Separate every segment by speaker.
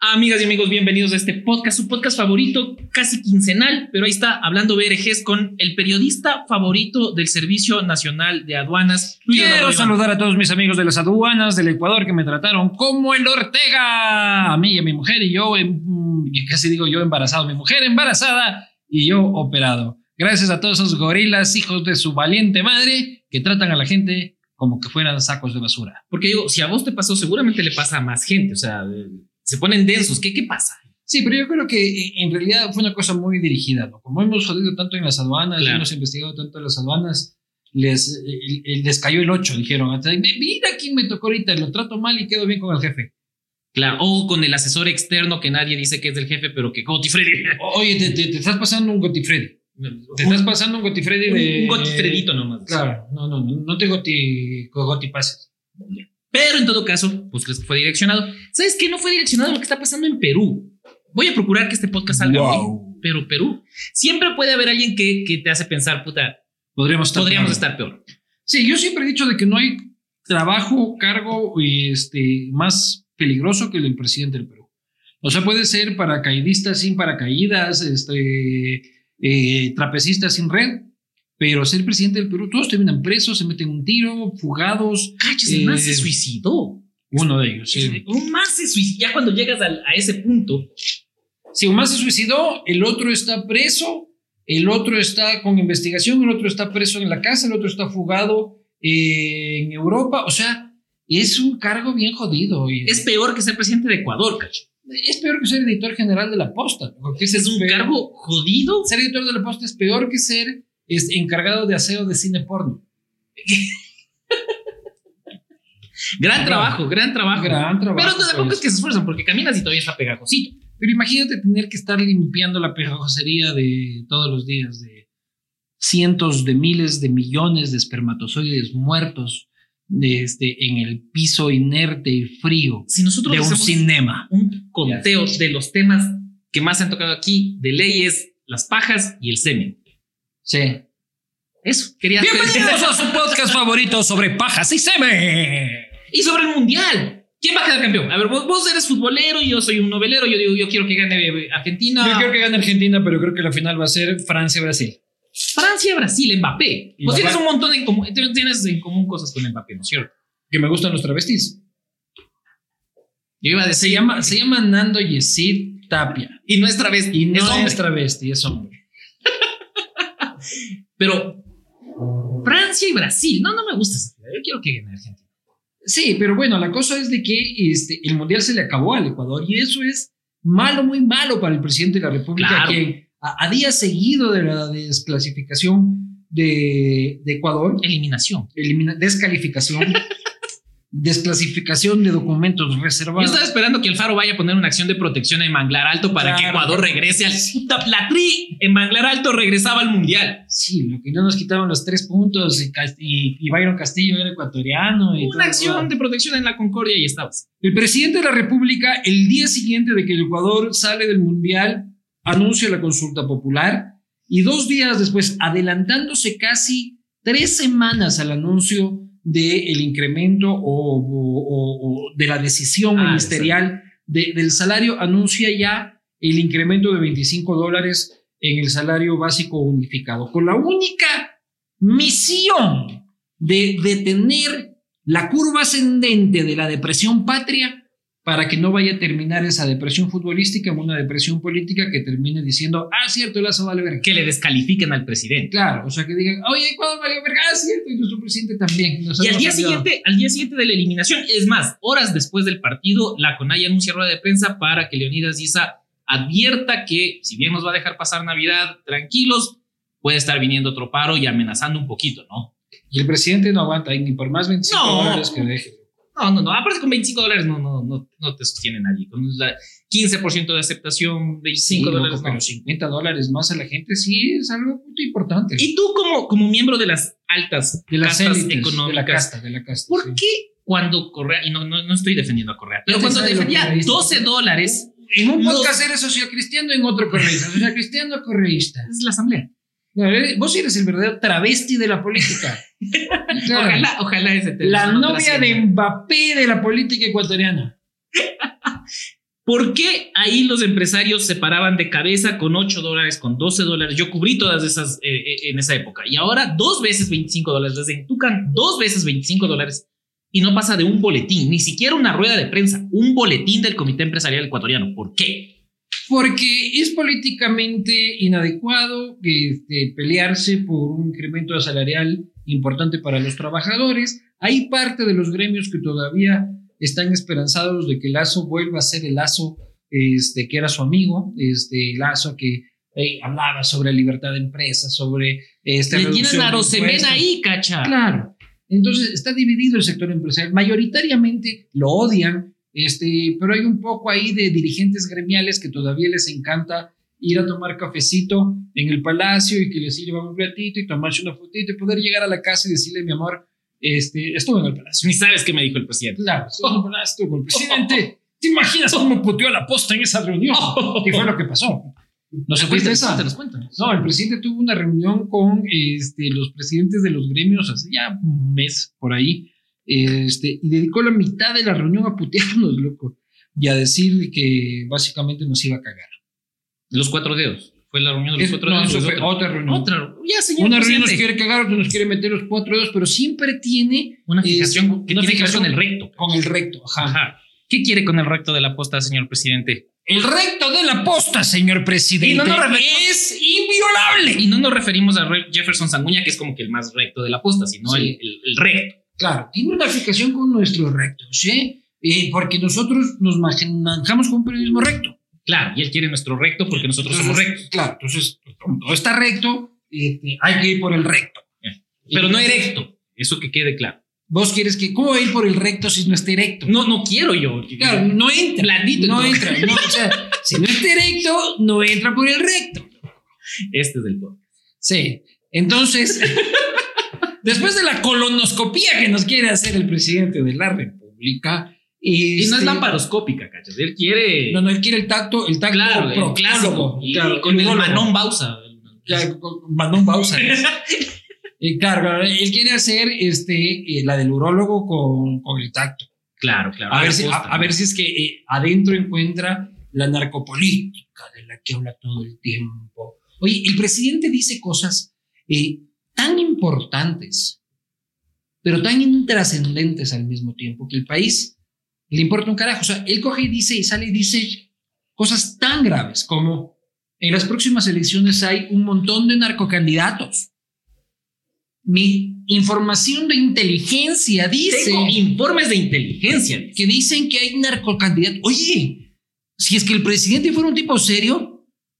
Speaker 1: Amigas y amigos, bienvenidos a este podcast, su podcast favorito, casi quincenal, pero ahí está, hablando BRGs con el periodista favorito del Servicio Nacional de Aduanas. Luis
Speaker 2: Quiero
Speaker 1: Donaldo
Speaker 2: saludar a todos mis amigos de las aduanas del Ecuador que me trataron como el Ortega. A mí y a mi mujer y yo, em, mm, casi digo yo embarazado, mi mujer embarazada y yo operado. Gracias a todos esos gorilas, hijos de su valiente madre, que tratan a la gente como que fueran sacos de basura.
Speaker 1: Iván. Porque digo, si a vos te pasó, seguramente le pasa a más gente, o sea, eh, se ponen densos. ¿Qué, qué pasa?
Speaker 2: Sí, pero yo creo que eh, en realidad fue una cosa muy dirigida, ¿no? Como hemos jodido tanto en las aduanas,
Speaker 1: Claro.
Speaker 2: hemos investigado tanto en las aduanas, les, eh, eh, les cayó el 8, dijeron. Hasta, Mira quién me tocó ahorita, lo trato mal y quedo bien con el jefe.
Speaker 1: Claro, o con el asesor externo que nadie dice que es del jefe, pero que Goti Freddy.
Speaker 2: O- Oye, te, te- te estás pasando un Gotifredi. Te estás pasando un Gotifredi de.
Speaker 1: Un Gotifredito nomás.
Speaker 2: Claro, no, no, no, no te goti, goti pases.
Speaker 1: Pero en todo caso, pues crees que fue direccionado. ¿Sabes qué? No fue direccionado a lo que está pasando en Perú. Voy a procurar que este podcast salga hoy, pero Perú. Siempre puede haber alguien que, que te hace pensar, puta,
Speaker 2: Podríamos estar.
Speaker 1: podríamos
Speaker 2: peor.
Speaker 1: estar peor.
Speaker 2: Sí, yo siempre he dicho de que no hay trabajo, cargo y, este, más peligroso que el del presidente del Perú. O sea, puede ser paracaidista sin paracaídas, este, eh, trapecista sin red, pero ser presidente del Perú, todos terminan presos, se meten un tiro, fugados,
Speaker 1: Cachos, Ah, el man se
Speaker 2: Eh,
Speaker 1: suicidó.
Speaker 2: uno de ellos. sí.
Speaker 1: Un man se suicidó. Ya cuando llegas al- a ese punto,
Speaker 2: Si Omar se suicidó, el otro está preso, el otro está con investigación, el otro está preso en la casa, el otro está fugado eh, en Europa. O sea, es un cargo bien jodido. y-
Speaker 1: es peor que ser presidente de Ecuador, cacho.
Speaker 2: es peor que ser editor general de la posta. Porque ese
Speaker 1: Es un
Speaker 2: peor.
Speaker 1: cargo jodido.
Speaker 2: Ser editor de la posta es peor que ser este, encargado de aseo de cine porno.
Speaker 1: Gran
Speaker 2: Gran-
Speaker 1: trabajo, gran trabajo.
Speaker 2: Gran trabajo.
Speaker 1: Pero tampoco
Speaker 2: pues.
Speaker 1: es que se esfuerzan porque caminas y todavía está pegajosito.
Speaker 2: Pero imagínate tener que estar limpiando la pegajosería de todos los días, de cientos de miles de millones de espermatozoides muertos de este, en el piso inerte y frío
Speaker 1: Si nosotros
Speaker 2: de un
Speaker 1: hacemos-
Speaker 2: cinema.
Speaker 1: un conteo de los temas que más se han tocado aquí de leyes, las pajas y el semen.
Speaker 2: Sí.
Speaker 1: Eso, quería
Speaker 2: Bienvenidos a su podcast favorito sobre pajas y semen.
Speaker 1: Y sobre el mundial. ¿Quién va a quedar campeón? A ver, vos, vos eres futbolero, yo soy un novelero, yo digo, yo quiero que gane eh, Argentina,
Speaker 2: Yo creo que gane Argentina, pero creo que la final va a ser Francia-Brasil.
Speaker 1: Francia, Brasil, Mbappé.
Speaker 2: Y
Speaker 1: Vos
Speaker 2: Mbappé.
Speaker 1: tienes un montón en común, tienes en común cosas con Mbappé, ¿no es cierto?
Speaker 2: Que me gustan los travestis.
Speaker 1: Yo iba a decir,
Speaker 2: Se llama, se llama Nando Yesid Tapia.
Speaker 1: y no es travesti,
Speaker 2: Y no
Speaker 1: es hombre.
Speaker 2: es travesti, es hombre.
Speaker 1: Pero Francia y Brasil, no, no me gusta esa idea. Yo quiero que gane Argentina.
Speaker 2: Sí, pero bueno, la cosa es de que este, el Mundial se le acabó al Ecuador y eso es malo, muy malo para el presidente de la República,
Speaker 1: Claro.
Speaker 2: que a, a día seguido de la desclasificación de, de Ecuador,
Speaker 1: Eliminación.
Speaker 2: elimina- descalificación, desclasificación de documentos
Speaker 1: Yo
Speaker 2: reservados.
Speaker 1: estaba esperando que Alfaro vaya a poner una acción de protección en Manglar Alto para que
Speaker 2: Claro.
Speaker 1: Ecuador regrese al puta la tri en Manglar Alto regresaba al mundial.
Speaker 2: Sí, lo que no nos quitaron los tres puntos y, Cas- y, y Byron Castillo era ecuatoriano. Y
Speaker 1: Una
Speaker 2: todo.
Speaker 1: acción de protección en la Concordia y estabas.
Speaker 2: El presidente de la República, el día siguiente de que el Ecuador sale del Mundial, anuncia la consulta popular y dos días después, adelantándose casi tres semanas al anuncio del incremento o, o- o- o de la decisión
Speaker 1: Ah,
Speaker 2: ministerial de- del salario, anuncia ya el incremento de 25 dólares en el salario básico unificado, con la única misión de detener la curva ascendente de la depresión patria para que no vaya a terminar esa depresión futbolística en una depresión política que termine diciendo, ah, cierto, el aso vale verga.
Speaker 1: Que le descalifiquen al presidente.
Speaker 2: Claro, o sea, que digan, oye, Ecuador valió verga, ah, cierto, y nuestro presidente también. nos
Speaker 1: Y al
Speaker 2: hemos
Speaker 1: día
Speaker 2: olvidado".
Speaker 1: siguiente, al día siguiente de la eliminación, es más, horas después del partido, la CONAI anuncia rueda de prensa para que Leonidas Issa advierta que si bien nos va a dejar pasar Navidad tranquilos, puede estar viniendo otro paro y amenazando un poquito, ¿no?
Speaker 2: Y el presidente no aguanta, ahí ni por más 25
Speaker 1: No.
Speaker 2: dólares que deje.
Speaker 1: No, no, no. Aparte con 25 dólares no, no, no, no te sostiene nadie. Con la 15% de aceptación, 25
Speaker 2: Sí, loco,
Speaker 1: dólares no.
Speaker 2: pero 50 dólares más a la gente sí es algo puto importante.
Speaker 1: Y tú como, como miembro de las altas
Speaker 2: de las
Speaker 1: castas
Speaker 2: élites, de la
Speaker 1: económicas,
Speaker 2: casta, de la casta.
Speaker 1: ¿por
Speaker 2: sí.
Speaker 1: qué cuando Correa, y no, no, no estoy defendiendo a Correa, pero
Speaker 2: Ya te
Speaker 1: cuando
Speaker 2: sabes lo que
Speaker 1: defendía
Speaker 2: me dices.
Speaker 1: 12 dólares,
Speaker 2: En un
Speaker 1: Los-
Speaker 2: podcast eres sociocristiano, en otro correísta. Sociocristiano, correísta.
Speaker 1: es la asamblea.
Speaker 2: No, eh, Vos eres el verdadero travesti de la política. Claro.
Speaker 1: Ojalá, ojalá ese tema
Speaker 2: La
Speaker 1: no
Speaker 2: novia
Speaker 1: trascienda.
Speaker 2: de Mbappé de la política ecuatoriana.
Speaker 1: ¿Por qué ahí los empresarios se paraban de cabeza con 8 dólares, con 12 dólares? Yo cubrí todas esas eh, eh, en esa época. Y ahora dos veces 25 dólares. Les entucan dos veces 25 dólares y no pasa de un boletín, ni siquiera una rueda de prensa, un boletín del Comité Empresarial Ecuatoriano. ¿Por qué?
Speaker 2: Porque es políticamente inadecuado este, pelearse por un incremento salarial importante para los trabajadores. Hay parte de los gremios que todavía están esperanzados de que Lazo vuelva a ser el Lazo este, que era su amigo, este Lazo que eh, hablaba sobre libertad de empresa, sobre... Este,
Speaker 1: Le tienen la Rosemena ahí, cacha.
Speaker 2: Ah. Claro. Entonces está dividido el sector empresarial. Mayoritariamente lo odian, este, pero hay un poco ahí de dirigentes gremiales que todavía les encanta ir a tomar cafecito en el palacio y que les sirvan un platito y tomarse una fotito y poder llegar a la casa y decirle, mi amor, este, estuve en el palacio.
Speaker 1: Ni sabes qué me dijo el presidente.
Speaker 2: Claro, estuve en el palacio, estuve en el presidente. ¿Te imaginas cómo puteó la posta en esa reunión? ¿Qué fue lo que pasó? ¿No se
Speaker 1: Cuéntanos,
Speaker 2: supiste esa?
Speaker 1: cuéntanos, cuéntanos.
Speaker 2: No, el presidente tuvo una reunión con este, los presidentes de los gremios hace ya un mes por ahí, este, y dedicó la mitad de la reunión a putearnos, loco, y a decir que básicamente nos iba a cagar.
Speaker 1: Los cuatro dedos. Fue la reunión de los
Speaker 2: Es-
Speaker 1: cuatro
Speaker 2: no,
Speaker 1: dedos.
Speaker 2: eso
Speaker 1: es
Speaker 2: fue
Speaker 1: otra.
Speaker 2: otra reunión.
Speaker 1: Otra. Ya, señor
Speaker 2: Una reunión
Speaker 1: presidente.
Speaker 2: nos quiere cagar, otra nos quiere meter los cuatro dedos, pero siempre tiene
Speaker 1: Una
Speaker 2: es-
Speaker 1: fijación que tiene
Speaker 2: una
Speaker 1: que ver
Speaker 2: fijación.
Speaker 1: con el recto.
Speaker 2: con el recto. Ajá.
Speaker 1: Ajá. ¿Qué quiere con el recto de la posta, señor presidente?
Speaker 2: El recto de la posta, señor presidente.
Speaker 1: Y no nos referimos-
Speaker 2: es inviolable.
Speaker 1: Y no nos referimos a Re- Jefferson Sanguña, que es como que el más recto de la posta, sino
Speaker 2: Sí.
Speaker 1: el, el- el recto.
Speaker 2: Claro, tiene una fijación con nuestros rectos, ¿eh? Eh, porque nosotros nos maj- manejamos con un periodismo recto.
Speaker 1: Claro, y él quiere nuestro recto porque nosotros somos
Speaker 2: Entonces,
Speaker 1: rectos.
Speaker 2: Claro, entonces, como todo está recto, este, hay que ir por el recto.
Speaker 1: Pero no
Speaker 2: Entonces,
Speaker 1: erecto. Eso que quede claro.
Speaker 2: Vos quieres que, ¿cómo ir por el recto si no está erecto?
Speaker 1: No, no quiero yo.
Speaker 2: Claro, no entra.
Speaker 1: Blandito,
Speaker 2: no
Speaker 1: ¿no?
Speaker 2: entra. no, o sea, si no está erecto, no entra por el recto.
Speaker 1: Este es el todo.
Speaker 2: Sí. Entonces, después de la colonoscopía que nos quiere hacer el presidente de la República.
Speaker 1: Y no es
Speaker 2: este,
Speaker 1: lamparoscópica, cachas. Él quiere.
Speaker 2: No, no, él quiere el tacto, el tacto
Speaker 1: claro, el clásico.
Speaker 2: proctólogo,
Speaker 1: Y,
Speaker 2: claro,
Speaker 1: y con el
Speaker 2: urologo.
Speaker 1: Manon Bausa.
Speaker 2: Claro, con Manon Bausa. Y Eh, claro, él quiere hacer este, eh, la del urólogo con, con el tacto.
Speaker 1: claro, claro.
Speaker 2: A ver, si, a,
Speaker 1: Posta,
Speaker 2: a ver si es que eh, adentro encuentra la narcopolítica de la que habla todo el tiempo. Oye, el presidente dice cosas eh, tan importantes, pero tan intrascendentes al mismo tiempo, que el país le importa un carajo. O sea, él coge y dice y sale y dice cosas tan graves como en las próximas elecciones hay un montón de narcocandidatos. Mi información de inteligencia dice
Speaker 1: Tengo informes de inteligencia. dice.
Speaker 2: que dicen que hay narcocandidatos. Oye, si es que el presidente fuera un tipo serio,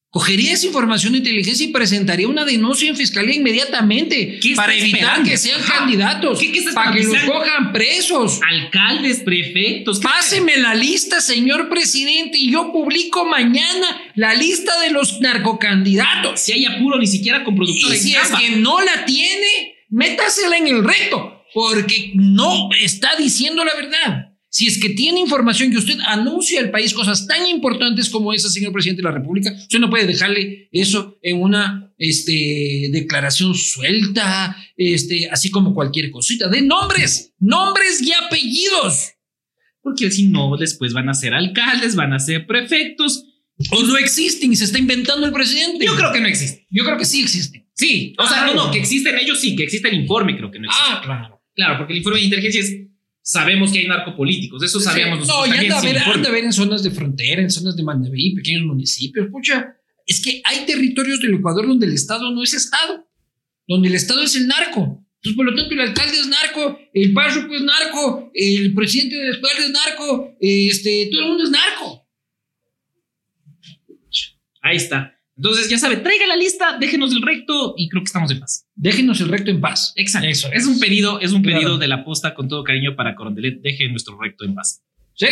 Speaker 2: cogería esa información de inteligencia y presentaría una denuncia en fiscalía inmediatamente
Speaker 1: ¿Qué está
Speaker 2: para evitar
Speaker 1: esperando?
Speaker 2: que sean
Speaker 1: Ajá.
Speaker 2: candidatos,
Speaker 1: ¿Qué- Ah, qué estás
Speaker 2: para que los
Speaker 1: pensando?
Speaker 2: cojan presos.
Speaker 1: Alcaldes, prefectos. ¿qué-
Speaker 2: Páseme la lista, señor presidente, y yo publico mañana la lista de los narcocandidatos.
Speaker 1: Si hay apuro, ni siquiera con
Speaker 2: Y
Speaker 1: productores.
Speaker 2: si es que no la tiene, métasela en el reto, porque no está diciendo la verdad. Si es que tiene información que usted anuncia al país cosas tan importantes como esa, señor presidente de la República, usted no puede dejarle eso en una este, declaración suelta, este, así como cualquier cosita. De nombres, nombres y apellidos.
Speaker 1: Porque si no, después van a ser alcaldes, van a ser prefectos.
Speaker 2: O no existen y se está inventando el presidente.
Speaker 1: Yo creo que no existe.
Speaker 2: yo creo que sí existen.
Speaker 1: Sí, o sea,
Speaker 2: Claro.
Speaker 1: no, no, que existen ellos sí, que existe el informe, creo que no existe.
Speaker 2: Ah, claro.
Speaker 1: Claro, porque el informe de inteligencia es. Sabemos que hay narcopolíticos, eso sabíamos
Speaker 2: No,
Speaker 1: nosotros.
Speaker 2: y
Speaker 1: también
Speaker 2: anda a,
Speaker 1: sin
Speaker 2: ver,
Speaker 1: informe.
Speaker 2: anda a ver en zonas de frontera, en zonas de Manabí, pequeños municipios. Pucha, es que hay territorios del Ecuador donde el Estado no es Estado, donde el Estado es el narco. Entonces, por lo tanto, el alcalde es narco, el párroco es narco, el presidente de la escuela es narco, este, todo el mundo es narco.
Speaker 1: Ahí está. Entonces, ya sabe, traiga la lista, déjenos el recto y creo que estamos en paz.
Speaker 2: Déjenos el recto en paz.
Speaker 1: Exacto.
Speaker 2: Eso
Speaker 1: es un pedido, es un
Speaker 2: Claro.
Speaker 1: pedido de la posta con todo cariño para Corondelet. Deje nuestro recto en paz.
Speaker 2: Sí,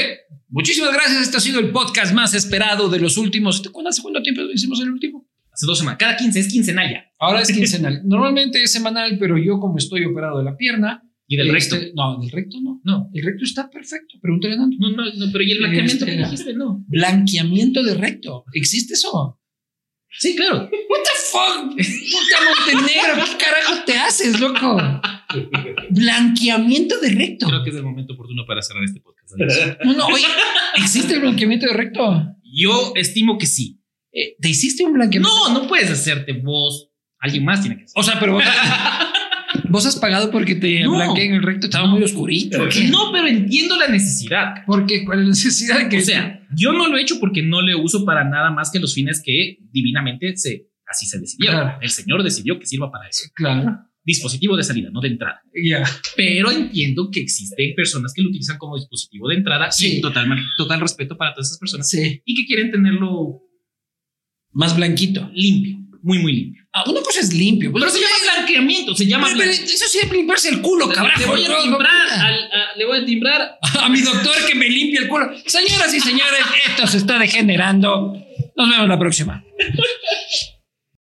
Speaker 2: muchísimas gracias. Este ha sido el podcast más esperado de los últimos. ¿Cuándo hace cuánto tiempo hicimos el último?
Speaker 1: Hace dos semanas, cada 15 es quincenal ya.
Speaker 2: Ahora es quincenal. Normalmente es semanal, pero yo, como estoy operado de la pierna,
Speaker 1: Y del
Speaker 2: Este,
Speaker 1: recto.
Speaker 2: No, del recto no.
Speaker 1: No.
Speaker 2: El recto está perfecto. Pregúntale a Nando.
Speaker 1: No, no, no, pero ¿y el blanqueamiento que
Speaker 2: Este,
Speaker 1: dijiste? No.
Speaker 2: Blanqueamiento de recto. ¿Existe eso?
Speaker 1: Sí, claro.
Speaker 2: What the fuck? Puta Montenegro, ¿qué carajo te haces, loco? Blanqueamiento de recto.
Speaker 1: Creo que es el momento oportuno para cerrar este podcast. Andrés.
Speaker 2: No, no, oye, ¿existe el blanqueamiento de recto?
Speaker 1: Yo estimo que sí.
Speaker 2: Eh, ¿Te hiciste un blanqueamiento?
Speaker 1: No, no puedes hacerte vos. Alguien más tiene que hacer.
Speaker 2: O sea, pero vos, vos has pagado porque te
Speaker 1: No.
Speaker 2: blanqueen el recto, estaba
Speaker 1: No.
Speaker 2: muy oscurito. ¿Por qué?
Speaker 1: No, pero entiendo la necesidad.
Speaker 2: Porque con la necesidad que
Speaker 1: O sea, yo no lo he hecho porque no le uso para nada más que los fines que divinamente se, así se decidió.
Speaker 2: Claro.
Speaker 1: El Señor decidió que sirva para eso.
Speaker 2: Claro,
Speaker 1: Dispositivo de salida, no de entrada.
Speaker 2: ya.
Speaker 1: Pero entiendo que existen personas que lo utilizan como dispositivo de entrada
Speaker 2: Sí.
Speaker 1: y total, total respeto para todas esas personas
Speaker 2: Sí.
Speaker 1: y que quieren tenerlo
Speaker 2: Más blanquito.
Speaker 1: limpio, muy, muy limpio.
Speaker 2: Ah, una cosa es limpio.
Speaker 1: Pero
Speaker 2: pues,
Speaker 1: se llama blanqueamiento, se llama
Speaker 2: Pero- pero
Speaker 1: blanqueamiento.
Speaker 2: eso sí es limpiarse el culo,
Speaker 1: Le
Speaker 2: cabrajo.
Speaker 1: voy
Speaker 2: no,
Speaker 1: a
Speaker 2: no,
Speaker 1: timbrar,
Speaker 2: puta.
Speaker 1: al- a- le voy a timbrar
Speaker 2: a mi doctor que me limpie el culo. Señoras y señores, esto se está degenerando. Nos vemos la próxima.